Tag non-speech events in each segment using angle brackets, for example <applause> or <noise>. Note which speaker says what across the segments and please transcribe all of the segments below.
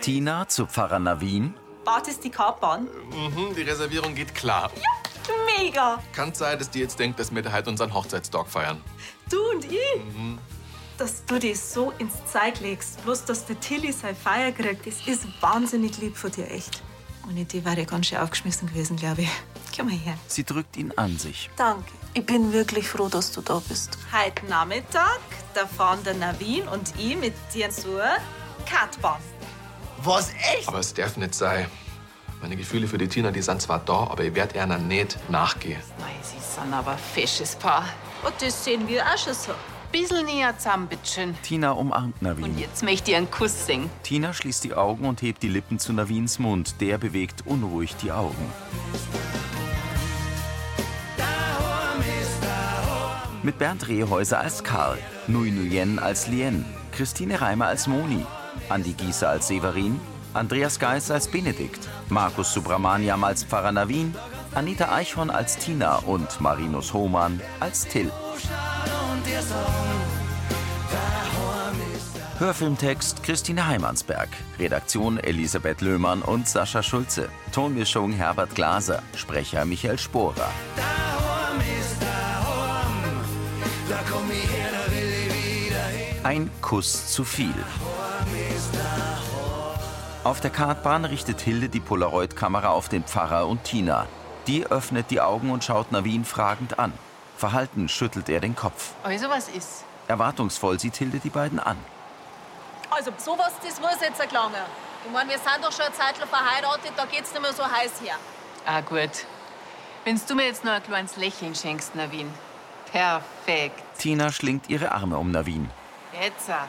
Speaker 1: Tina zu Pfarrer Navin,
Speaker 2: Bart ist die Karte an.
Speaker 3: Mhm, die Reservierung geht klar.
Speaker 2: Mega!
Speaker 3: Kann sein, dass die jetzt denkt, dass wir da heute unseren Hochzeitstag feiern. Mhm.
Speaker 2: Du und ich? Dass du dich so ins Zeug legst, bloß dass der Tilly seine Feier kriegt, das ist wahnsinnig lieb von dir, echt. Ohne die wäre ich ganz schön aufgeschmissen gewesen, glaube ich. Komm mal her.
Speaker 1: sie drückt ihn an sich.
Speaker 4: Danke. Ich bin wirklich froh, dass du da bist.
Speaker 2: Heute Nachmittag, da fahren der Navin und ich mit dir zur Kartbahn.
Speaker 5: Was, echt?
Speaker 3: Aber es darf nicht sein. Meine Gefühle für die Tina, die sind zwar da, aber ich werde einer nicht nachgehen.
Speaker 6: Mei, sie sind aber ein fesches Paar.
Speaker 2: Und das sehen wir auch schon so.
Speaker 6: Bissl näher zusammen, bitteschön.
Speaker 1: Tina umarmt Navin.
Speaker 6: Jetzt möchte ich einen Kuss singen.
Speaker 1: Tina schließt die Augen und hebt die Lippen zu Navins Mund. Der bewegt unruhig die Augen. Mit Bernd Rehäuser als Karl, Nui Nuyen als Lien, Christine Reimer als Moni, Andi Gieser als Severin, Andreas Geis als Benedikt, Markus Subramaniam als Pfarrer Navin, Anita Eichhorn als Tina und Marinus Hohmann als Till. Hörfilmtext Christine Heimansberg, Redaktion Elisabeth Löhmann und Sascha Schulze, Tonmischung Herbert Glaser, Sprecher Michael Sporer. Ein Kuss zu viel. Auf der Kartbahn richtet Hilde die Polaroid-Kamera auf den Pfarrer und Tina. Die öffnet die Augen und schaut Navin fragend an. Verhalten schüttelt er den Kopf.
Speaker 6: Also, was ist?
Speaker 1: Erwartungsvoll sieht Hilde die beiden an.
Speaker 7: Also, sowas, das muss jetzt erklangen. Ich meine, wir sind doch schon eine Zeit lang verheiratet, da geht's nicht mehr so heiß her.
Speaker 6: Ah, gut. Wenn's du mir jetzt noch ein kleines Lächeln schenkst, Navin. Perfekt.
Speaker 1: Tina schlingt ihre Arme um Navin.
Speaker 6: Jetzt. auch.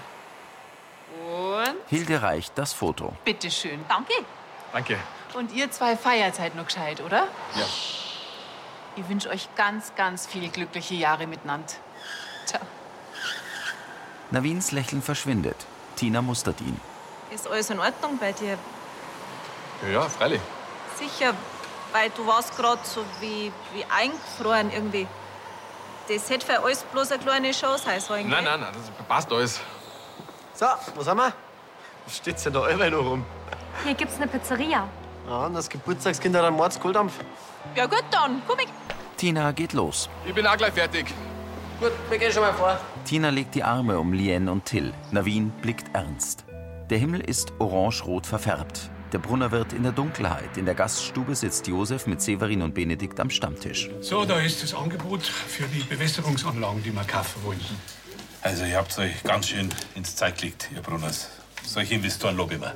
Speaker 6: Und
Speaker 1: Hilde reicht das Foto.
Speaker 6: bitteschön.
Speaker 2: Danke.
Speaker 3: Danke.
Speaker 6: Und ihr zwei feiert halt noch gescheit, oder? Ja. Ich wünsche euch ganz, ganz viele glückliche Jahre miteinander. Ciao.
Speaker 1: Navins Lächeln verschwindet. Tina mustert ihn.
Speaker 2: Ist alles in Ordnung bei dir?
Speaker 3: Ja, freilich.
Speaker 2: Sicher, weil du warst gerade so wie, wie eingefroren irgendwie. Das hätte für alles bloß eine kleine Show sein sollen.
Speaker 3: Nein,
Speaker 2: gell?
Speaker 3: nein, nein, das passt alles.
Speaker 5: So, wo sind wir? Was steht's denn da immer noch rum?
Speaker 8: Hier gibt's eine Pizzeria.
Speaker 5: Ja, und das Geburtstagskind hat einen Mordskohldampf.
Speaker 2: Ja gut, dann komm ich.
Speaker 1: Tina geht los.
Speaker 3: Ich bin auch gleich fertig.
Speaker 5: Gut, wir gehen schon mal vor.
Speaker 1: Tina legt die Arme um Lien und Till. Navin blickt ernst. Der Himmel ist orange-rot verfärbt. Der Brunner wird in der Dunkelheit. In der Gaststube sitzt Josef mit Severin und Benedikt am Stammtisch.
Speaker 9: So, da ist das Angebot für die Bewässerungsanlagen, die wir kaufen wollen.
Speaker 10: Also, ihr habt euch ganz schön ins Zeug gelegt, ihr Brunners. Solche Investoren lobe ich mir.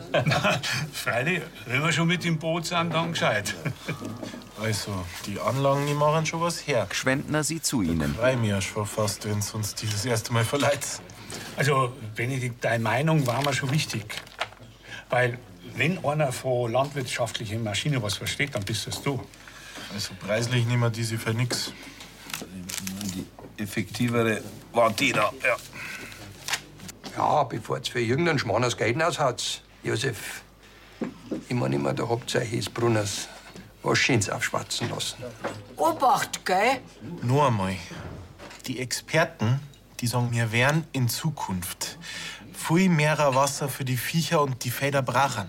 Speaker 9: Freilich, wenn wir schon mit im Boot sind, dann gescheit.
Speaker 11: Also, die Anlagen, die machen schon was her.
Speaker 1: Schwendner sieht zu ihnen.
Speaker 11: Freu mich ja schon fast, wenn's uns dieses erste Mal verleiht.
Speaker 9: Also, Benedikt, deine Meinung war mir schon wichtig. Weil, wenn einer von landwirtschaftlichen Maschinen was versteht, dann bist es du.
Speaker 11: Also, preislich nehmen wir diese für nix.
Speaker 10: Die effektivere war die da. Ja.
Speaker 12: Ja, bevor es für irgendeinen Schmaners Geld aushaut. Josef, ich meine immer, da habt ihr euch des Brunners was Schönes aufschwatzen lassen.
Speaker 4: Obacht, gell?
Speaker 11: Nur einmal. Die Experten, die sagen, wir werden in Zukunft viel mehrer Wasser für die Viecher und die Felder brauchen.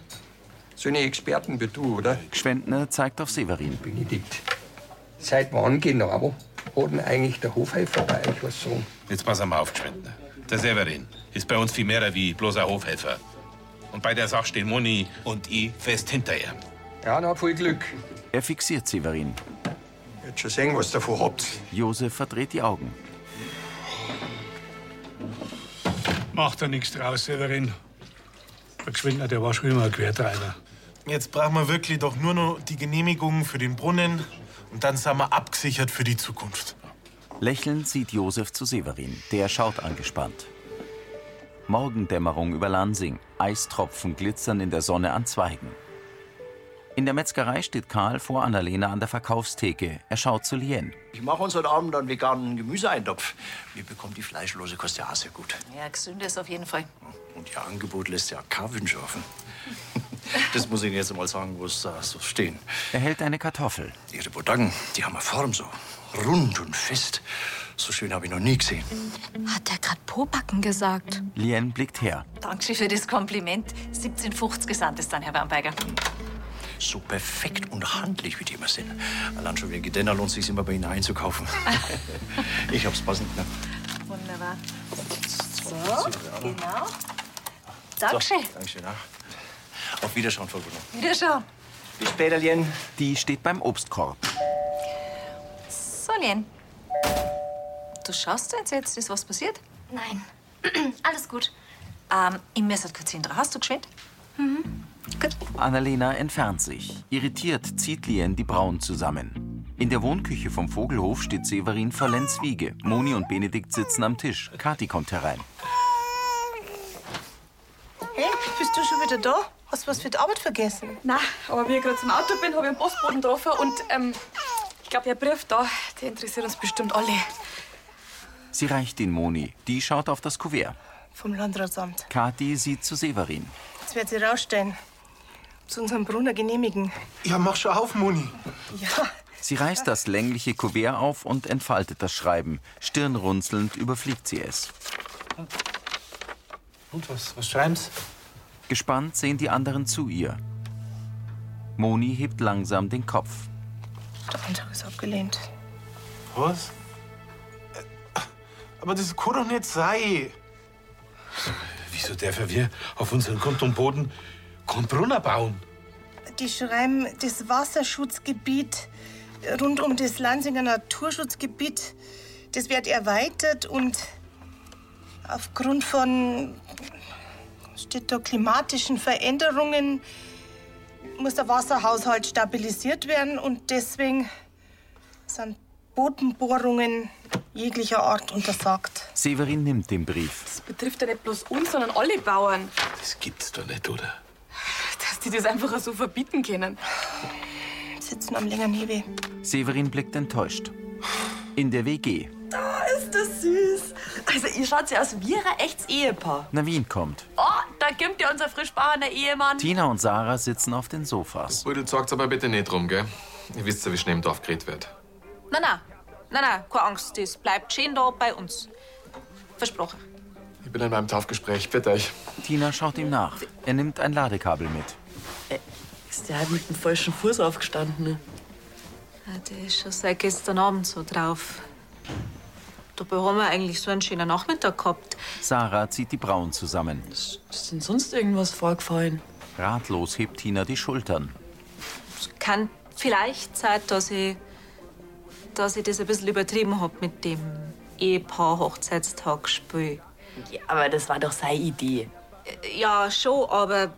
Speaker 12: So eine Experten wie du, oder?
Speaker 1: Schwendner zeigt auf Severin.
Speaker 12: Benedikt, seit wann genau hat denn eigentlich der Hofhelfer bei euch was sagen?
Speaker 10: Jetzt pass mal auf, Schwendner. Der Severin ist bei uns viel mehr wie bloßer Hofhelfer. Und bei der Sache stehen Moni und ich fest hinter ihr.
Speaker 12: Ja, na, viel Glück.
Speaker 1: Er fixiert Severin.
Speaker 12: Jetzt schon sehen, was ihr davon habt.
Speaker 1: Josef verdreht die Augen.
Speaker 9: Macht da nichts draus, Severin. Der Geschwindner, der war schon immer ein Quertreiber.
Speaker 11: Jetzt brauchen wir wirklich doch nur noch die Genehmigung für den Brunnen und dann sind wir abgesichert für die Zukunft.
Speaker 1: Lächelnd sieht Josef zu Severin. Der schaut angespannt. Morgendämmerung über Lansing. Eistropfen glitzern in der Sonne an Zweigen. In der Metzgerei steht Karl vor Annalena an der Verkaufstheke. Er schaut zu Lien.
Speaker 13: Ich mache uns heute Abend einen veganen Gemüseeintopf. Wir bekommen die fleischlose Kost ja auch sehr gut.
Speaker 4: Ja, gesünder ist auf jeden Fall.
Speaker 13: Und Ihr Angebot lässt ja kein Wunsch offen. <laughs> Das muss ich Ihnen jetzt mal sagen, wo es da so stehen.
Speaker 1: Er hält eine Kartoffel.
Speaker 13: Ihre Bodangen, die haben eine Form so rund und fest. So schön habe ich noch nie gesehen.
Speaker 14: Hat er gerade Pobacken gesagt?
Speaker 1: Lien blickt her.
Speaker 14: Dankeschön für das Kompliment. 1750 gesandt ist dann, Herr Warnberger.
Speaker 13: So perfekt und handlich, wie die immer sind. Allein schon wegen Denner lohnt es sich immer bei Ihnen einzukaufen.
Speaker 1: <laughs>
Speaker 13: ich hab's passend ne? knapp.
Speaker 14: Wunderbar. So, genau. Dankeschön.
Speaker 13: So, Dankeschön. ja. Auf Wiederschauen, Frau Brunner.
Speaker 14: Wiederschauen.
Speaker 1: Bis später, Lien. Die steht beim Obstkorb.
Speaker 14: So, Lien. Du schaust jetzt, jetzt ist was passiert? Nein. <clears throat> Alles gut. Ähm, ich muss halt kurz hin. Hast du geschwind? <laughs> Mhm.
Speaker 1: Annalena entfernt sich. Irritiert zieht Lien die Brauen zusammen. In der Wohnküche vom Vogelhof steht Severin vor Lenz Wiege. Moni und Benedikt sitzen am Tisch. Kathi kommt herein.
Speaker 15: Hey, bist du schon wieder da? Hast du was für die Arbeit vergessen?
Speaker 16: Na, aber wie ich gerade zum Auto bin, habe ich einen Postboten getroffen und ähm, ich glaube, der Brief da, der interessiert uns bestimmt alle.
Speaker 1: Sie reicht ihn Moni. Die schaut auf das Kuvert.
Speaker 15: Vom Landratsamt.
Speaker 1: Kathi sieht zu Severin.
Speaker 15: Jetzt wird sie rausstellen. Zu unserem Brunner genehmigen.
Speaker 11: Ja, mach schon auf, Moni.
Speaker 15: Ja,
Speaker 1: Sie reißt das längliche Kuvert auf und entfaltet das Schreiben. Stirnrunzelnd überfliegt sie es.
Speaker 11: Und was, was schreiben's?
Speaker 1: Gespannt sehen die anderen zu ihr. Moni hebt langsam den Kopf.
Speaker 15: der Antrag ist abgelehnt.
Speaker 11: Was? Äh, Aber das kann doch nicht sein.
Speaker 10: Wieso dürfen wir auf unseren Kontumboden Brunner bauen?
Speaker 15: Die schreiben, das Wasserschutzgebiet rund um das Lansinger Naturschutzgebiet, das wird erweitert und aufgrund von steht da, klimatischen Veränderungen muss der Wasserhaushalt stabilisiert werden und deswegen sind Bodenbohrungen jeglicher Art untersagt.
Speaker 1: Severin nimmt den Brief.
Speaker 16: Betrifft ja nicht bloß uns, sondern alle Bauern,
Speaker 10: Das gibt's doch nicht, oder?
Speaker 16: dass die das einfach so verbieten können.
Speaker 15: Sitzen am längeren Hebel.
Speaker 1: Severin blickt enttäuscht. In der WG.
Speaker 17: Da ist das süß. Also, ihr schaut ja aus wie ein echtes Ehepaar.
Speaker 1: Navin kommt.
Speaker 17: Oh,
Speaker 16: Ah,
Speaker 17: da kommt ja unser frischbauernder Ehemann.
Speaker 1: Tina und Sarah sitzen auf den Sofas.
Speaker 3: Brüdel, sorgt's aber bitte nicht drum, gell? Ihr wisst ja, wie schnell im Dorf geredet wird.
Speaker 7: Na, na, na, na, keine Angst, das bleibt schön da bei uns. Versprochen.
Speaker 3: Ich bin in meinem Taufgespräch, bitte euch.
Speaker 1: Tina schaut ihm nach. Er nimmt ein Ladekabel mit.
Speaker 17: Ist der halt mit dem falschen Fuß aufgestanden. ne?
Speaker 2: Ja, Ah, Der ist schon seit gestern Abend so drauf. Dabei haben wir eigentlich so einen schönen Nachmittag gehabt.
Speaker 1: Sarah zieht die Brauen zusammen.
Speaker 17: Ist denn sonst irgendwas vorgefallen?
Speaker 1: Ratlos hebt Tina die Schultern.
Speaker 2: Es kann vielleicht sein, dass ich, dass ich das ein bisschen übertrieben habe mit dem Ehepaar-Hochzeitstag-Spiel.
Speaker 17: Ja, aber das war doch seine Idee.
Speaker 2: Ja, schon, aber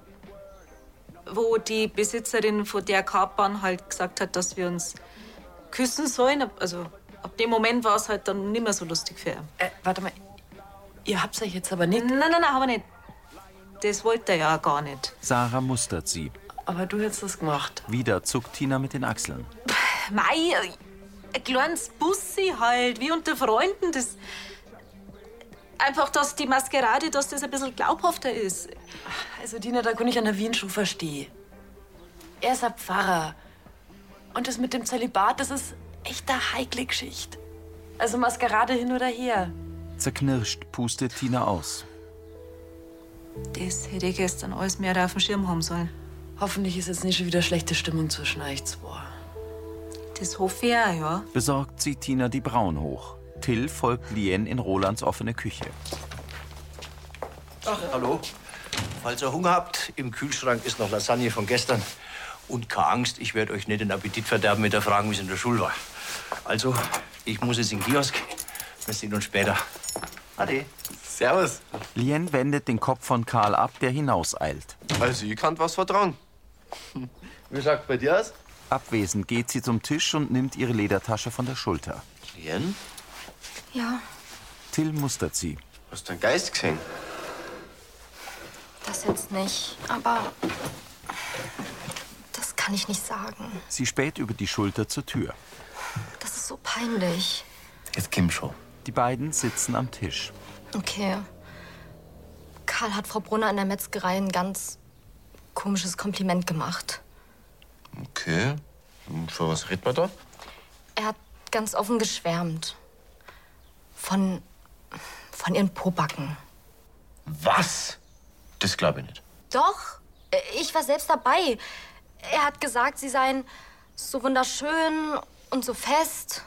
Speaker 2: wo die Besitzerin von der Kartbahn halt gesagt hat, dass wir uns küssen sollen, ab- also ab dem Moment war es halt dann nicht mehr so lustig für ihn.
Speaker 17: Äh, warte mal, ihr habt's euch jetzt aber nicht.
Speaker 2: Nein, nein, nein, haben wir nicht. Das wollte er ja gar nicht.
Speaker 1: Sarah mustert sie.
Speaker 17: Aber du hättest das gemacht.
Speaker 1: Wieder zuckt Tina mit den Achseln.
Speaker 2: Mei, ein kleines Bussi halt, wie unter Freunden. Das einfach, dass die Maskerade, dass das ein bisschen glaubhafter ist.
Speaker 17: Also, Dina, da kann ich an der Wien schon verstehen. Er ist ein Pfarrer. Und das mit dem Zölibat, das ist echt eine heikle Geschichte. Also Maskerade hin <laughs> oder her.
Speaker 1: Zerknirscht pustet Tina aus.
Speaker 2: Das hätte ich gestern alles mehr auf dem Schirm haben sollen.
Speaker 17: Hoffentlich ist jetzt nicht schon wieder schlechte Stimmung zwischen euch zwei.
Speaker 2: Das hoffe ich auch, ja.
Speaker 1: Besorgt zieht Tina die Brauen hoch. Till folgt Lien in Rolands offene Küche.
Speaker 13: Ach, hallo. Falls ihr Hunger habt, im Kühlschrank ist noch Lasagne von gestern. Und keine Angst, ich werde euch nicht den Appetit verderben mit der Frage, wie es in der Schule war. Also, ich muss jetzt in den Kiosk. Wir sehen uns später. Ade.
Speaker 1: Servus. Lien wendet den Kopf von Karl ab, der hinauseilt.
Speaker 5: Also, ich kann was vertrauen. Wie sagt bei dir aus?
Speaker 1: Abwesend geht sie zum Tisch und nimmt ihre Ledertasche von der Schulter.
Speaker 5: Lien?
Speaker 14: Ja,
Speaker 1: Till mustert sie.
Speaker 5: Hast du einen Geist gesehen?
Speaker 14: das jetzt nicht. Aber das kann ich nicht sagen.
Speaker 1: Sie späht über die Schulter zur Tür.
Speaker 14: Das ist so peinlich.
Speaker 1: Jetzt Kim schon. Die beiden sitzen am Tisch.
Speaker 14: Okay. Karl hat Frau Brunner in der Metzgerei einen ganz
Speaker 18: komisches Kompliment gemacht.
Speaker 19: Okay. Und Für was redet man da?
Speaker 18: Er hat ganz offen geschwärmt. Von. von ihren Pobacken.
Speaker 19: Was? Das glaube ich nicht.
Speaker 18: Doch, äh, ich war selbst dabei. Er hat gesagt, sie seien so wunderschön und so fest.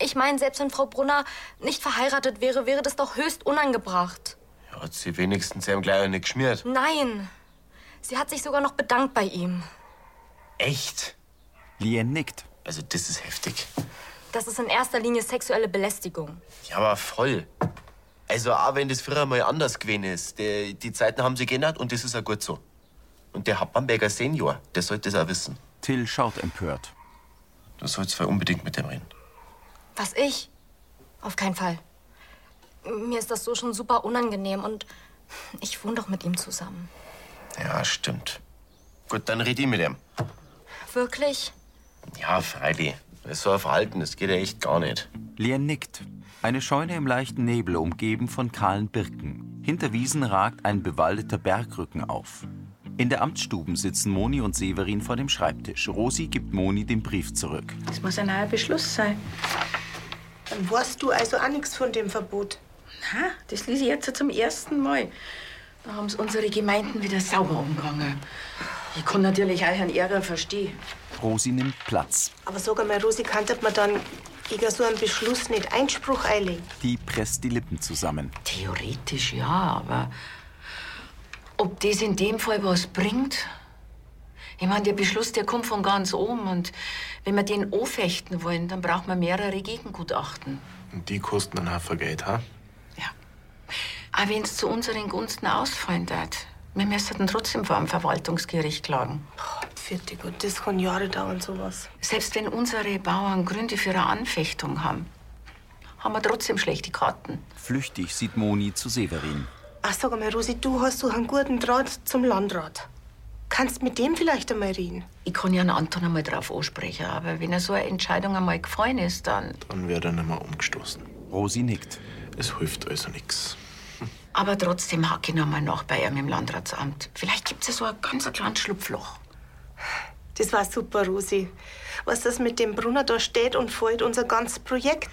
Speaker 18: Ich meine, selbst wenn Frau Brunner nicht verheiratet wäre, wäre das doch höchst unangebracht.
Speaker 19: Ja, hat sie wenigstens seinem Gleier nicht geschmiert.
Speaker 18: Nein, sie hat sich sogar noch bedankt bei ihm.
Speaker 19: Echt?
Speaker 1: Lien nickt.
Speaker 19: Also, das ist heftig.
Speaker 18: Das ist in erster Linie sexuelle Belästigung.
Speaker 19: Ja, aber voll. Also, auch wenn das früher mal anders gewesen ist. Die, die Zeiten haben sie geändert und das ist ja gut so. Und der Hauptmannberger Senior, der sollte das auch wissen.
Speaker 1: Till schaut empört.
Speaker 19: Du sollst zwar unbedingt mit dem reden.
Speaker 18: Was ich? Auf keinen Fall. Mir ist das so schon super unangenehm und ich wohne doch mit ihm zusammen.
Speaker 19: Ja, stimmt. Gut, dann red ich mit ihm.
Speaker 18: Wirklich?
Speaker 19: Ja, freilich. Das ist so ein Verhalten, das geht ja echt gar nicht.
Speaker 1: Lien nickt. Eine Scheune im leichten Nebel, umgeben von kahlen Birken. Hinter Wiesen ragt ein bewaldeter Bergrücken auf. In der Amtsstuben sitzen Moni und Severin vor dem Schreibtisch. Rosi gibt Moni den Brief zurück.
Speaker 15: Das muss ein neuer Beschluss sein. Dann weißt du also auch nichts von dem Verbot. Na, das lese ich jetzt zum ersten Mal. Da haben sie unsere Gemeinden wieder sauber umgegangen.
Speaker 16: Ich kann natürlich auch Herrn Ärger verstehen.
Speaker 1: Rosi nimmt Platz.
Speaker 15: Aber sag einmal, Rosi, kann man dann gegen so einen Beschluss nicht Einspruch einlegen?
Speaker 1: Die presst die Lippen zusammen.
Speaker 16: Theoretisch ja, aber ob das in dem Fall was bringt? Ich meine, der Beschluss, der kommt von ganz oben. Und wenn wir den anfechten wollen, dann braucht man mehrere Gegengutachten.
Speaker 11: Und die kosten ein Hafergeld, ha?
Speaker 16: Auch Ah, wenn es zu unseren Gunsten ausfallen wird. Wir müssten trotzdem vor dem Verwaltungsgericht klagen.
Speaker 15: Vierte Gott, das kann Jahre dauern, sowas.
Speaker 16: Selbst wenn unsere Bauern Gründe für eine Anfechtung haben, haben wir trotzdem schlechte Karten.
Speaker 1: Flüchtig sieht Moni zu Severin.
Speaker 15: Ach, sag einmal, Rosi, du hast so einen guten Draht zum Landrat. Kannst mit dem vielleicht einmal reden?
Speaker 16: Ich kann ja einen Anton einmal drauf ansprechen, aber wenn er so eine Entscheidung einmal gefallen ist, dann.
Speaker 11: Dann wird er nicht mehr umgestoßen.
Speaker 1: Rosi nickt.
Speaker 11: Es hilft also nichts.
Speaker 16: Aber trotzdem hake ich noch mal nach bei ihm im Landratsamt. Vielleicht gibt's ja so ein ganz kleines Schlupfloch.
Speaker 15: Das war super, Rosi. Was das mit dem Brunner da steht und fällt unser ganzes Projekt.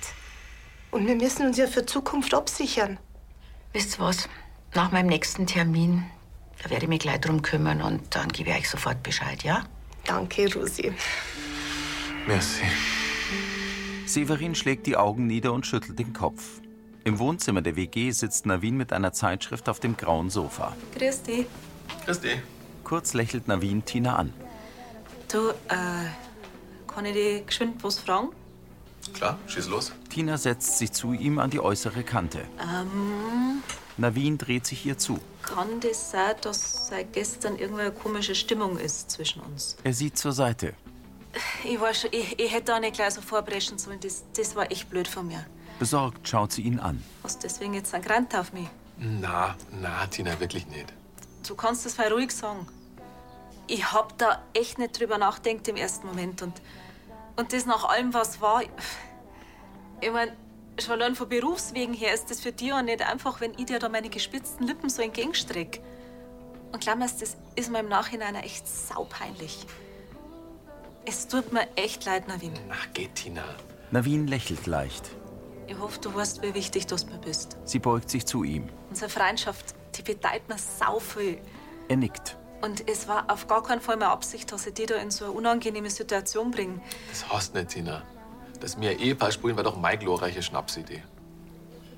Speaker 15: Und wir müssen uns ja für Zukunft absichern.
Speaker 16: Wisst ihr was? Nach meinem nächsten Termin, da werde ich mich gleich drum kümmern und dann gebe ich euch sofort Bescheid, ja?
Speaker 15: Danke, Rosi.
Speaker 11: Merci.
Speaker 1: Severin schlägt die Augen nieder und schüttelt den Kopf. Im Wohnzimmer der WG sitzt Navin mit einer Zeitschrift auf dem grauen Sofa.
Speaker 2: Grüß dich.
Speaker 3: Christi.
Speaker 1: Kurz lächelt Navin Tina an.
Speaker 2: Du, äh, kann ich dich geschwind was fragen?
Speaker 3: Klar, schieß los.
Speaker 1: Tina setzt sich zu ihm an die äußere Kante.
Speaker 2: Ähm,
Speaker 1: Navin dreht sich ihr zu.
Speaker 2: kann das sein, dass seit gestern irgendwie eine komische Stimmung ist zwischen uns?
Speaker 1: Er sieht zur Seite.
Speaker 2: Ich weiß schon, ich, ich hätte auch nicht gleich so vorbrechen sollen. Das, das war echt blöd von mir.
Speaker 1: Besorgt schaut sie ihn an.
Speaker 2: Hast deswegen jetzt einen Grant auf mich?
Speaker 3: Na, na, Tina, wirklich nicht.
Speaker 2: Du kannst das voll ruhig sagen. Ich hab da echt nicht drüber nachdenkt im ersten Moment. Und, und das nach allem, was war. Ich mein, schon allein von Berufswegen her ist das für dich auch nicht einfach, wenn ich dir da meine gespitzten Lippen so entgegenstrecke. Und glaub mir, das ist mir im Nachhinein auch echt saupeinlich. Es tut mir echt leid, Navin.
Speaker 3: Ach, geht, Tina.
Speaker 1: Navin lächelt leicht.
Speaker 2: Ich hoffe, du weißt, wie wichtig du mir bist.
Speaker 1: Sie beugt sich zu ihm.
Speaker 2: Unsere Freundschaft, die bedeutet mir sau viel.
Speaker 1: Er nickt.
Speaker 2: Und es war auf gar keinen Fall meine Absicht, dass ich dich da in so eine unangenehme Situation bringe.
Speaker 3: Das hast nicht, Tina. Das mir Ehepaar spielen war doch meine glorreiche Schnapsidee.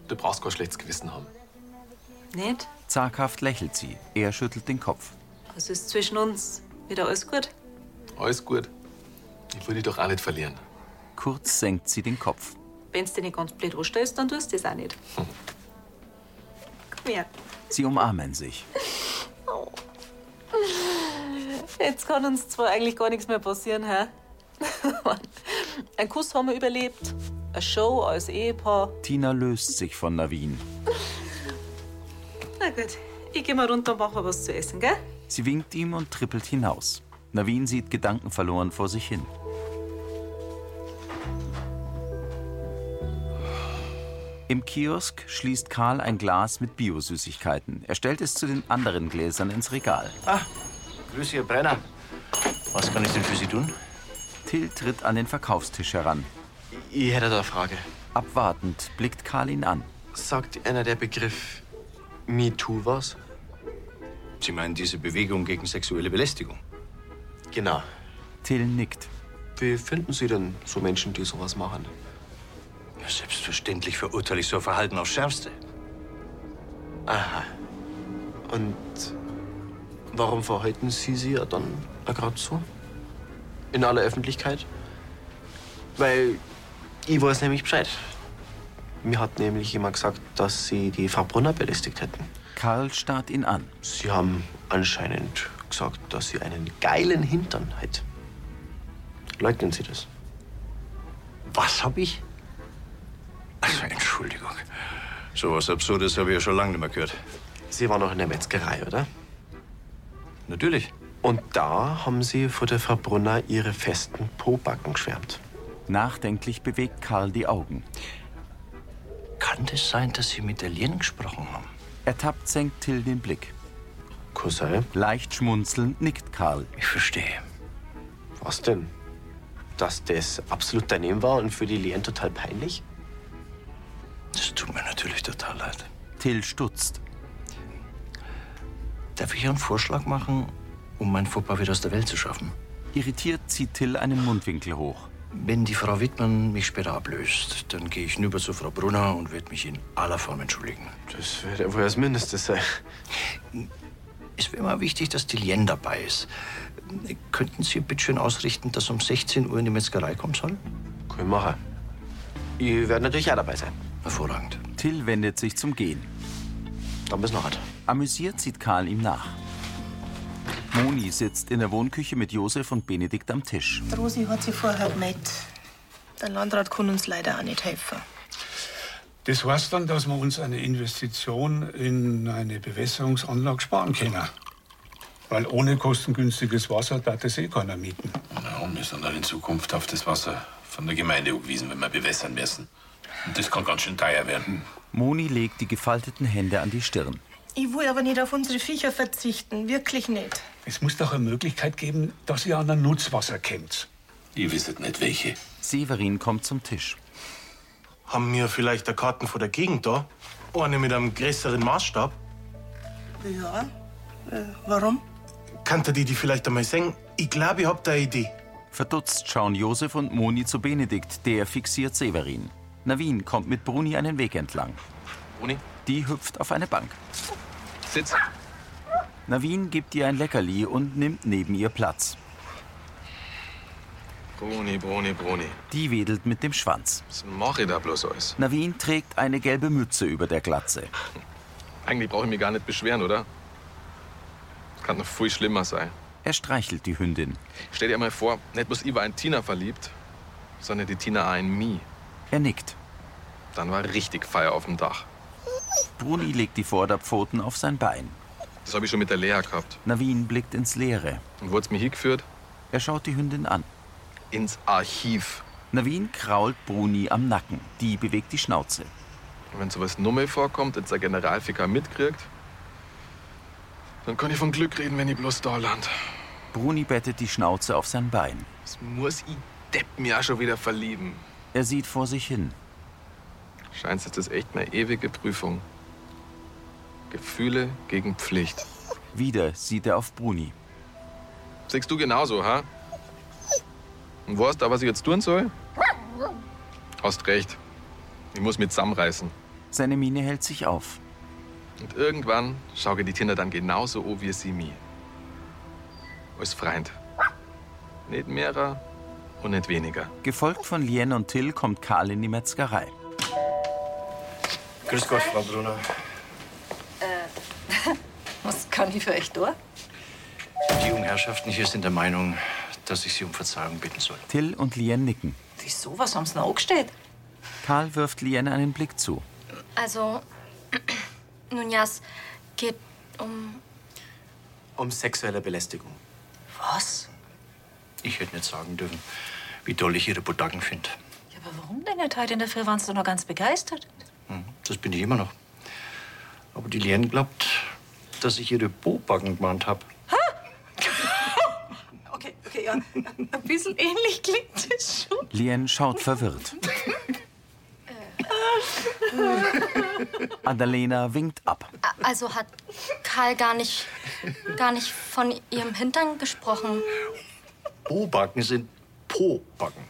Speaker 3: Du brauchst kein schlechtes Gewissen haben.
Speaker 2: Nicht?
Speaker 1: Zaghaft lächelt sie. Er schüttelt den Kopf.
Speaker 2: Also ist zwischen uns wieder alles gut.
Speaker 3: Alles gut. Ich würde dich doch auch nicht verlieren.
Speaker 1: Kurz senkt sie den Kopf.
Speaker 2: Wenn du dich nicht ganz blöd anstellst, dann tust du das auch nicht. Komm her.
Speaker 1: Sie umarmen sich.
Speaker 2: Jetzt kann uns zwar eigentlich gar nichts mehr passieren, hä? <laughs> Ein Kuss haben wir überlebt, eine Show als Ehepaar.
Speaker 1: Tina löst sich von Navin.
Speaker 2: Na gut, ich geh mal runter und mach mal was zu essen, gell?
Speaker 1: Sie winkt ihm und trippelt hinaus. Navin sieht gedankenverloren vor sich hin. Im Kiosk schließt Karl ein Glas mit Biosüßigkeiten. Er stellt es zu den anderen Gläsern ins Regal.
Speaker 13: Grüße, Herr Brenner. Was kann ich denn für Sie tun?
Speaker 1: Till tritt an den Verkaufstisch heran.
Speaker 3: Ich hätte da eine Frage.
Speaker 1: Abwartend blickt Karl ihn an.
Speaker 3: Sagt einer der Begriff MeToo was?
Speaker 13: Sie meinen diese Bewegung gegen sexuelle Belästigung?
Speaker 3: Genau.
Speaker 1: Till nickt.
Speaker 3: Wie finden Sie denn so Menschen, die sowas machen?
Speaker 13: Ja, selbstverständlich verurteile ich so ein Verhalten aufs Schärfste.
Speaker 3: Aha. Und warum verhalten Sie sie ja dann gerade so? In aller Öffentlichkeit? Weil ich weiß nämlich Bescheid. Mir hat nämlich jemand gesagt, dass Sie die Frau Brunner belästigt hätten.
Speaker 1: Karl starrt ihn an.
Speaker 3: Sie haben anscheinend gesagt, dass sie einen geilen Hintern hat. Leugnen Sie das?
Speaker 13: Was hab ich? Also, Entschuldigung. So was Absurdes habe ich ja schon lange nicht mehr gehört.
Speaker 3: Sie waren noch in der Metzgerei, oder?
Speaker 13: Natürlich.
Speaker 3: Und da haben Sie vor der Frau Brunner Ihre festen Pobacken geschwärmt.
Speaker 1: Nachdenklich bewegt Karl die Augen.
Speaker 13: Kann das sein, dass Sie mit der Lien gesprochen haben?
Speaker 1: Ertappt senkt Till den Blick.
Speaker 3: Cousin?
Speaker 1: Leicht schmunzelnd nickt Karl.
Speaker 13: Ich verstehe.
Speaker 3: Was denn? Dass das absolut daneben war und für die Lien total peinlich?
Speaker 13: Das tut mir natürlich total leid.
Speaker 1: Till stutzt.
Speaker 13: Darf ich einen Vorschlag machen, um mein Fauxpas wieder aus der Welt zu schaffen?
Speaker 1: Irritiert zieht Till einen Mundwinkel hoch.
Speaker 13: Wenn die Frau Wittmann mich später ablöst, dann gehe ich hinüber zu Frau Brunner und werde mich in aller Form entschuldigen.
Speaker 3: Das wäre wohl das Mindeste sein.
Speaker 13: Es wäre mal wichtig, dass die Lien dabei ist. Könnten Sie bitte schön ausrichten, dass um 16 Uhr in die Metzgerei kommen soll?
Speaker 3: Kann ich machen. Ich werde natürlich auch dabei sein.
Speaker 13: Hervorragend.
Speaker 1: Till wendet sich zum Gehen.
Speaker 3: Dann bis noch.
Speaker 1: Amüsiert sieht Karl ihm nach. Moni sitzt in der Wohnküche mit Josef und Benedikt am Tisch.
Speaker 15: Die Rosi hat sie vorher gemeldet. Der Landrat kann uns leider auch nicht helfen.
Speaker 9: Das heißt dann, dass wir uns eine Investition in eine Bewässerungsanlage sparen können. Weil ohne kostengünstiges Wasser darf das eh keiner mieten.
Speaker 10: Warum wir sind dann in Zukunft auf das Wasser von der Gemeinde angewiesen, wenn wir bewässern müssen. Und das kann ganz schön teuer werden.
Speaker 1: Moni legt die gefalteten Hände an die Stirn.
Speaker 15: Ich will aber nicht auf unsere Viecher verzichten. Wirklich nicht.
Speaker 9: Es muss doch eine Möglichkeit geben, dass ihr an ein Nutzwasser kommt.
Speaker 10: Ihr wisst nicht welche.
Speaker 1: Severin kommt zum Tisch.
Speaker 11: Haben wir vielleicht eine Karten von der Gegend da? Eine mit einem größeren Maßstab?
Speaker 15: Ja. äh, warum?
Speaker 11: Kannst du die, die vielleicht einmal sehen? Ich glaube, ich hab da eine Idee.
Speaker 1: Verdutzt schauen Josef und Moni zu Benedikt, der fixiert Severin. Navin kommt mit Bruni einen Weg entlang.
Speaker 3: Bruni?
Speaker 1: Die hüpft auf eine Bank.
Speaker 3: Sitz.
Speaker 1: Navin gibt ihr ein Leckerli und nimmt neben ihr Platz.
Speaker 3: Bruni, Bruni, Bruni.
Speaker 1: Die wedelt mit dem Schwanz.
Speaker 3: Was mach ich da bloß alles?
Speaker 1: Navin trägt eine gelbe Mütze über der Glatze.
Speaker 3: Eigentlich brauche ich mich gar nicht beschweren, oder? Das kann noch viel schlimmer sein.
Speaker 1: Er streichelt die Hündin.
Speaker 3: Stell dir mal vor, nicht bloß ich war in Tina verliebt, sondern die Tina auch in mich.
Speaker 1: Er nickt.
Speaker 3: Dann war richtig Feier auf dem Dach.
Speaker 1: Bruni legt die Vorderpfoten auf sein Bein.
Speaker 3: Das habe ich schon mit der Lea gehabt.
Speaker 1: Navin blickt ins Leere.
Speaker 3: Und wo hat's mich hingeführt?
Speaker 1: Er schaut die Hündin an.
Speaker 3: Ins Archiv.
Speaker 1: Navin krault Bruni am Nacken. Die bewegt die Schnauze.
Speaker 3: Und wenn sowas nur mehr vorkommt, jetzt der Generalficker mitkriegt, dann kann ich von Glück reden, wenn ich bloß da land.
Speaker 1: Bruni bettet die Schnauze auf sein Bein.
Speaker 3: Das muss ich Depp mir auch schon wieder verlieben.
Speaker 1: Er sieht vor sich hin.
Speaker 3: Scheint ist das echt eine ewige Prüfung. Gefühle gegen Pflicht.
Speaker 1: Wieder sieht er auf Bruni.
Speaker 3: Siehst du genauso, ha? Und weißt du, was ich jetzt tun soll? Hast recht. Ich muss mich zusammenreißen.
Speaker 1: Seine Miene hält sich auf.
Speaker 3: Und irgendwann schaue ich die Kinder dann genauso an wie sie mir. Als Freund. Nicht mehrer und nicht weniger.
Speaker 1: Gefolgt von Lien und Till kommt Karl in die Metzgerei.
Speaker 13: Grüß Gott, Frau Brunner.
Speaker 16: Was kann ich für euch tun?
Speaker 13: Die jungen Herrschaften hier sind der Meinung, dass ich Sie um Verzeihung bitten soll.
Speaker 1: Till und Lien nicken.
Speaker 16: Wieso? Was haben sie denn angestellt?
Speaker 1: Karl wirft Lien einen Blick zu.
Speaker 18: Also, <clears throat> nun ja, es geht um.
Speaker 13: Um sexuelle Belästigung.
Speaker 16: Was?
Speaker 13: Ich hätte nicht sagen dürfen, wie toll ich Ihre Budacken finde.
Speaker 16: Ja, aber warum denn nicht? Heute in der Früh waren sie doch noch ganz begeistert.
Speaker 13: Hm. Das bin ich immer noch. Aber die Lien glaubt, dass ich ihre Bobacken gemahnt habe.
Speaker 4: Okay, okay, ja. Ein bisschen ähnlich klingt das schon.
Speaker 1: Lien schaut verwirrt.
Speaker 18: äh,
Speaker 1: Annalena winkt ab.
Speaker 18: A- <laughs> Also hat Karl gar nicht, gar nicht von ihrem Hintern gesprochen.
Speaker 13: Bobacken sind Pobacken.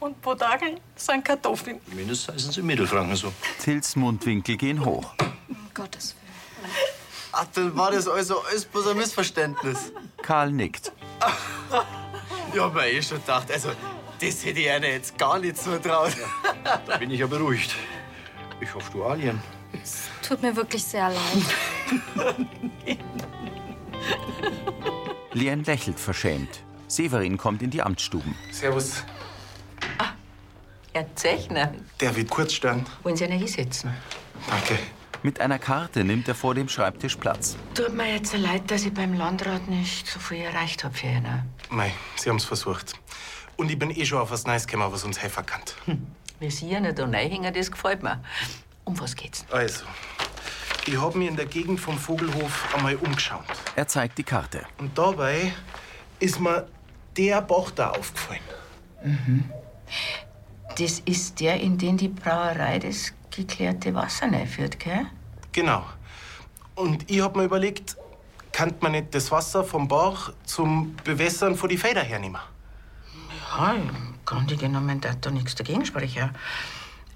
Speaker 15: Und Podageln sind Kartoffeln.
Speaker 13: Zumindest heißen sie in Mittelfranken so.
Speaker 1: Tills Mundwinkel gehen hoch.
Speaker 18: Um Gottes Willen.
Speaker 5: Ach, dann war das also alles bloß ein Missverständnis.
Speaker 1: Karl nickt.
Speaker 5: Ich hab mir eh schon gedacht, also, das hätte ich einer jetzt gar nicht zutraut.
Speaker 13: Da bin ich ja beruhigt. Ich hoffe, du Alien.
Speaker 18: Tut mir wirklich sehr leid.
Speaker 15: <laughs>
Speaker 1: Lien lächelt verschämt. Severin kommt in die Amtsstuben.
Speaker 11: Servus.
Speaker 16: Ah, Herr Zechner,
Speaker 11: Der wird kurz stören.
Speaker 16: wollen Sie einen hinsetzen?
Speaker 1: Danke. Mit einer Karte nimmt er vor dem Schreibtisch Platz.
Speaker 16: Tut mir jetzt leid, dass ich beim Landrat nicht so viel erreicht habe für ihn. ne?
Speaker 11: Mei, Sie haben's versucht. Und ich bin eh schon auf was Neues gekommen, was uns helfen kann.
Speaker 16: Wie Sie ja nicht da reinhängen, das gefällt mir. Um was geht's?
Speaker 11: Also, ich hab mir in der Gegend vom Vogelhof einmal umgeschaut.
Speaker 1: Er zeigt die Karte.
Speaker 11: Und dabei ist mir der Bach da aufgefallen.
Speaker 16: Mhm. Das ist der, in den die Brauerei das geklärte Wasser reinführt, gell?
Speaker 11: Genau. Und ich hab mir überlegt, kann man nicht das Wasser vom Bach zum Bewässern vor die Felder hernehmen?
Speaker 16: Ja, im Grunde genommen darf da nichts dagegen sprechen.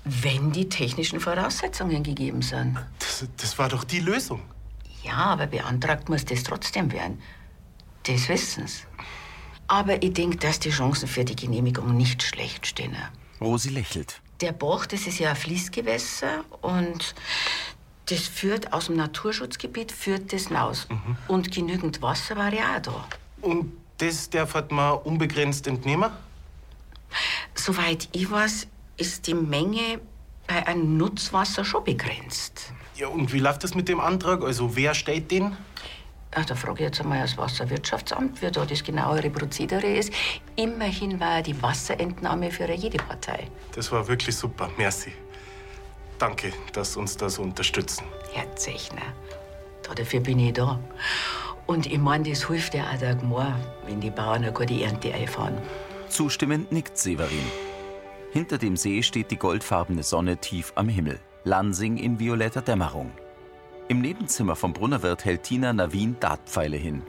Speaker 16: Wenn die technischen Voraussetzungen gegeben sind.
Speaker 11: Das, das war doch die Lösung.
Speaker 16: Ja, aber beantragt muss das trotzdem werden. Das wissen's. Aber ich denke, dass die Chancen für die Genehmigung nicht schlecht stehen.
Speaker 1: Rosi lächelt.
Speaker 16: Der Bach, das ist ja ein Fließgewässer und das führt aus dem Naturschutzgebiet, führt das raus.
Speaker 11: Mhm.
Speaker 16: Und genügend Wasser war ja auch da.
Speaker 11: Und das darf halt man unbegrenzt entnehmen?
Speaker 16: Soweit ich weiß, ist die Menge bei einem Nutzwasser schon begrenzt.
Speaker 11: Ja, und wie läuft das mit dem Antrag? Also, wer stellt den?
Speaker 16: Ach, Ah, da frage ich jetzt einmal das Wasserwirtschaftsamt, wie da das genauere Prozedere ist. Immerhin war die Wasserentnahme für jede Partei.
Speaker 11: Das war wirklich super. Merci. Danke, dass uns das unterstützen.
Speaker 16: Herr Zechner, da dafür bin ich da. Und ich meine, das hilft ja auch der Gmor, wenn die Bauern eine gute Ernte einfahren.
Speaker 1: Zustimmend nickt Severin. Hinter dem See steht die goldfarbene Sonne tief am Himmel. Lansing in violetter Dämmerung. Im Nebenzimmer vom Brunnerwirt hält Tina Navin Dartpfeile hin.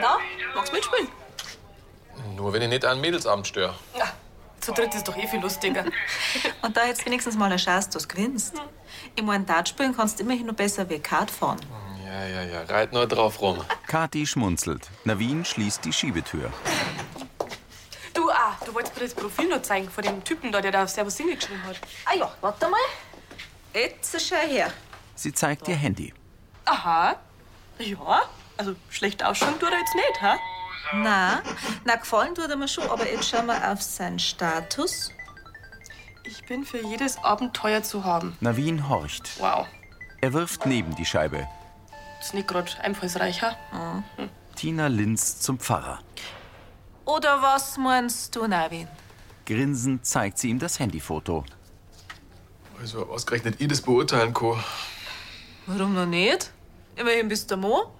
Speaker 15: Na, magst du mitspielen?
Speaker 20: Nur wenn ich nicht an Mädelsamt störe.
Speaker 2: Zu dritt ist doch eh viel lustiger. <laughs> Und da jetzt wenigstens mal eine Chance, dass du gewinnst. Ich meine, Dart spielen kannst du immerhin noch besser wie Kart fahren.
Speaker 20: Ja, ja, ja, reit nur drauf rum.
Speaker 1: Kati schmunzelt. Navin schließt die Schiebetür.
Speaker 17: Du, ah, du wolltest mir das Profil noch zeigen von dem Typen da, der da auf Servus Single geschrieben hat.
Speaker 2: Ah ja, warte mal. Jetzt schau her.
Speaker 1: Sie zeigt ihr Handy.
Speaker 17: Aha. Ja, also schlecht ausschauen tut er jetzt nicht, ha?
Speaker 2: Na, na gefallen tut er mir schon, aber jetzt schauen wir auf seinen Status.
Speaker 17: Ich bin für jedes Abenteuer zu haben.
Speaker 1: Navin horcht.
Speaker 17: Wow.
Speaker 1: Er wirft neben die Scheibe.
Speaker 17: Ist nicht gerade einfallsreich, ha?
Speaker 2: Ah.
Speaker 17: Hm.
Speaker 1: Tina linst zum Pfarrer.
Speaker 2: Oder was meinst du, Navin?
Speaker 1: Grinsend zeigt sie ihm das Handyfoto.
Speaker 20: Also ausgerechnet ihr das beurteilen, Co.
Speaker 2: Warum noch nicht? Immerhin bist du Mo.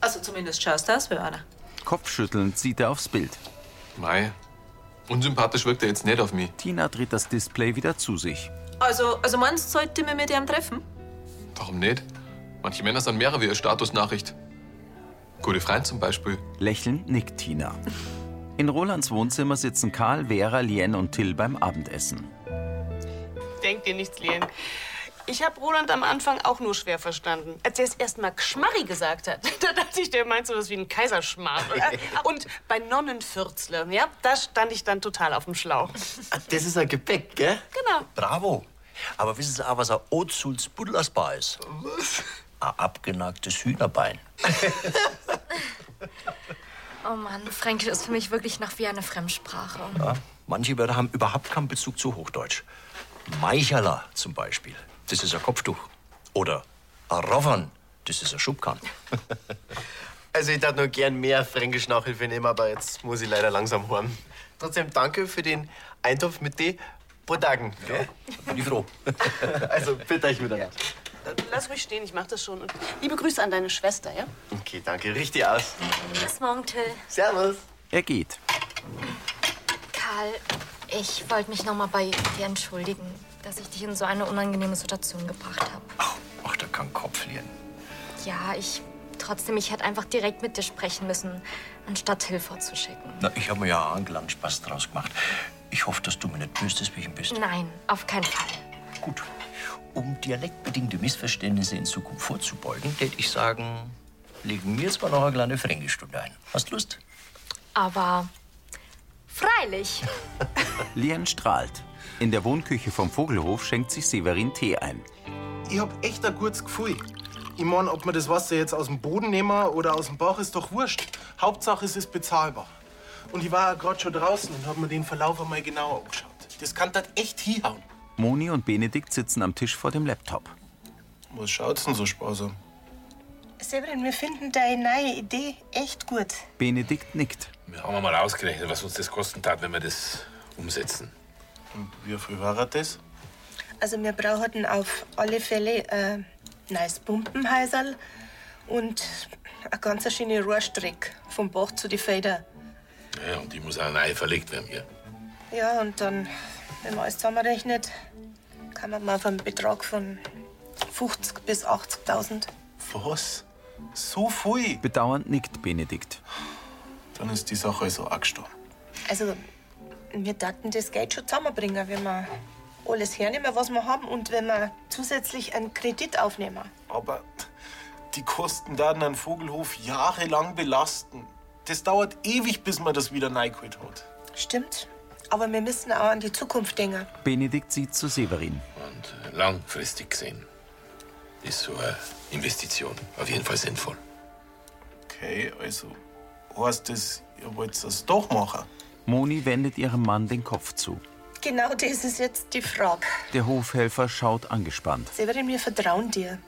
Speaker 2: Also zumindest schaust du aus wie einer.
Speaker 1: Kopfschüttelnd sieht er aufs Bild.
Speaker 20: Mei. Unsympathisch wirkt er jetzt nicht auf mich.
Speaker 1: Tina dreht das Display wieder zu sich.
Speaker 2: Also, also meinst du, sollte ich mich mit ihm treffen?
Speaker 20: Warum nicht? Manche Männer sind mehrere wie ihre Statusnachricht. Gute Freund zum Beispiel.
Speaker 1: Lächelnd nickt Tina. In Rolands Wohnzimmer sitzen Karl, Vera, Lien und Till beim Abendessen.
Speaker 21: Denk dir nichts, Lien. Ich habe Roland am Anfang auch nur schwer verstanden. Als er es erstmal Geschmarri gesagt hat, <laughs> da dachte ich, der meint sowas wie ein Kaiserschmarr. Und bei Nonnenfürzle, ja, da stand ich dann total auf dem Schlauch.
Speaker 13: Ah, Das ist ein Gebäck, gell?
Speaker 21: Genau.
Speaker 13: Bravo. Aber wissen Sie auch, was ein Ozuls Buddlersbar ist? Was? Ein abgenagtes Hühnerbein.
Speaker 18: Oh Mann, Fränkisch ist für mich wirklich noch wie eine Fremdsprache.
Speaker 13: Ja, manche Wörter haben überhaupt keinen Bezug zu Hochdeutsch. Meicherler zum Beispiel, das ist ein Kopftuch. Oder ein Roffern, das ist ein Schubkarren.
Speaker 5: Also, ich darf nur gern mehr Fränkisch Nachhilfe nehmen, aber jetzt muss ich leider langsam horn. Trotzdem danke für den Eintopf mit Tee
Speaker 19: Podagen. Ja. Bin ich froh. also, bitte euch wieder.
Speaker 17: Lass mich stehen, ich mach das schon. Und liebe Grüße an deine Schwester, ja?
Speaker 19: Okay, danke. Richtig aus.
Speaker 18: Bis morgen, Till.
Speaker 19: Servus.
Speaker 1: Er geht.
Speaker 18: Karl, ich wollte mich nochmal bei dir entschuldigen, dass ich dich in so eine unangenehme Situation gebracht habe.
Speaker 19: Ach, da kann Kopf verlieren.
Speaker 18: Ja, ich. Trotzdem, ich hätte einfach direkt mit dir sprechen müssen, anstatt Hilfe zu schicken.
Speaker 13: Na, ich habe mir ja angelangt Spaß draus gemacht. Ich hoffe, dass du mir nicht böse deswegen bist.
Speaker 18: Nein, auf keinen Fall.
Speaker 13: Um dialektbedingte Missverständnisse in Zukunft vorzubeugen, würde ich sagen, legen wir zwar noch eine kleine Fränkestunde ein. Hast Lust?
Speaker 18: Aber. Freilich.
Speaker 1: Lien strahlt. In der Wohnküche vom Vogelhof schenkt sich Severin Tee ein.
Speaker 11: Ich hab echt ein gutes Gefühl. Ich mein, ob wir das Wasser jetzt aus dem Boden nehmen oder aus dem Bauch, ist doch wurscht. Hauptsache, es ist bezahlbar. Und ich war gerade schon draußen und hab mir den Verlauf einmal genauer angeschaut. Das kann das echt hinhauen.
Speaker 1: Moni und Benedikt sitzen am Tisch vor dem Laptop.
Speaker 11: Was schaut's denn so sparsam?
Speaker 15: Severin, wir finden deine neue Idee echt gut.
Speaker 1: Benedikt nickt.
Speaker 22: Wir haben mal ausgerechnet, was uns das kosten tat, wenn wir das umsetzen.
Speaker 11: Wie viel war das?
Speaker 15: Also wir brauchten auf alle Fälle ein neues Pumpenhäuserl und eine ganz schöne Rohrstrecke vom Bach zu die Feder.
Speaker 22: Ja, und die muss auch neu verlegt werden hier.
Speaker 15: Ja, und dann, wenn man alles zusammenrechnet, kann man mal auf einen Betrag von 50 bis 80.000.
Speaker 11: Was? So viel?
Speaker 1: Bedauernd nickt Benedikt.
Speaker 11: Dann ist die Sache also angestorben.
Speaker 15: Also, wir dachten das Geld schon zusammenbringen, wenn wir alles hernehmen, was wir haben und wenn wir zusätzlich einen Kredit aufnehmen.
Speaker 11: Aber die Kosten werden einen Vogelhof jahrelang belasten. Das dauert ewig, bis man das wieder reingeholt hat.
Speaker 15: Stimmt. Aber wir müssen auch an die Zukunft denken.
Speaker 1: Benedikt sieht zu Severin.
Speaker 22: Langfristig gesehen ist so eine Investition auf jeden Fall sinnvoll.
Speaker 11: Okay, also heißt das, ihr wollt das doch machen?
Speaker 1: Moni wendet ihrem Mann den Kopf zu.
Speaker 15: Genau das ist jetzt die Frage.
Speaker 1: Der Hofhelfer schaut angespannt.
Speaker 15: Severin, wir vertrauen dir.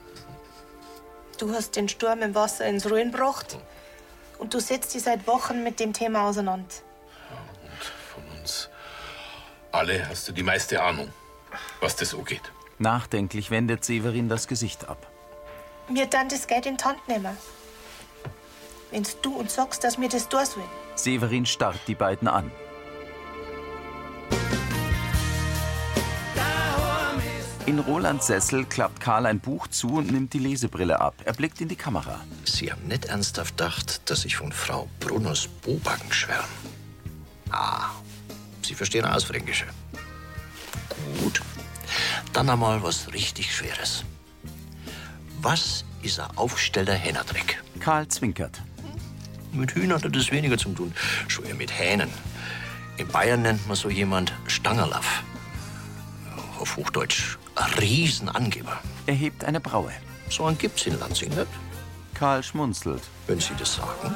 Speaker 15: Du hast den Sturm im Wasser ins Ruhen gebracht und du setzt dich seit Wochen mit dem Thema auseinander.
Speaker 22: Uns alle hast du die meiste Ahnung, was das angeht.
Speaker 1: Nachdenklich wendet Severin das Gesicht ab.
Speaker 15: Wir dann das Geld in die Hand nehmen. Wenn du uns sagst, dass wir das tun sollen.
Speaker 1: Severin starrt die beiden an. In Rolands Sessel klappt Karl ein Buch zu und nimmt die Lesebrille ab. Er blickt in die Kamera.
Speaker 13: Sie haben nicht ernsthaft gedacht, dass ich von Frau Brunners Bobacken schwärme. Ah, Sie verstehen alles Fränkische. Gut. Dann einmal was richtig Schweres. Was ist ein aufgestellter Hähnerdreck?
Speaker 1: Karl zwinkert.
Speaker 13: Mit Hühnern hat er das weniger zu tun, schon eher mit Hähnen. In Bayern nennt man so jemand Stangerlaff. Auf Hochdeutsch ein Riesenangeber.
Speaker 1: Er hebt eine Braue.
Speaker 13: So einen gibt's in Lansing nicht.
Speaker 1: Karl schmunzelt.
Speaker 13: Wenn Sie das sagen.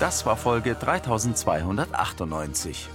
Speaker 1: Das war Folge 3298.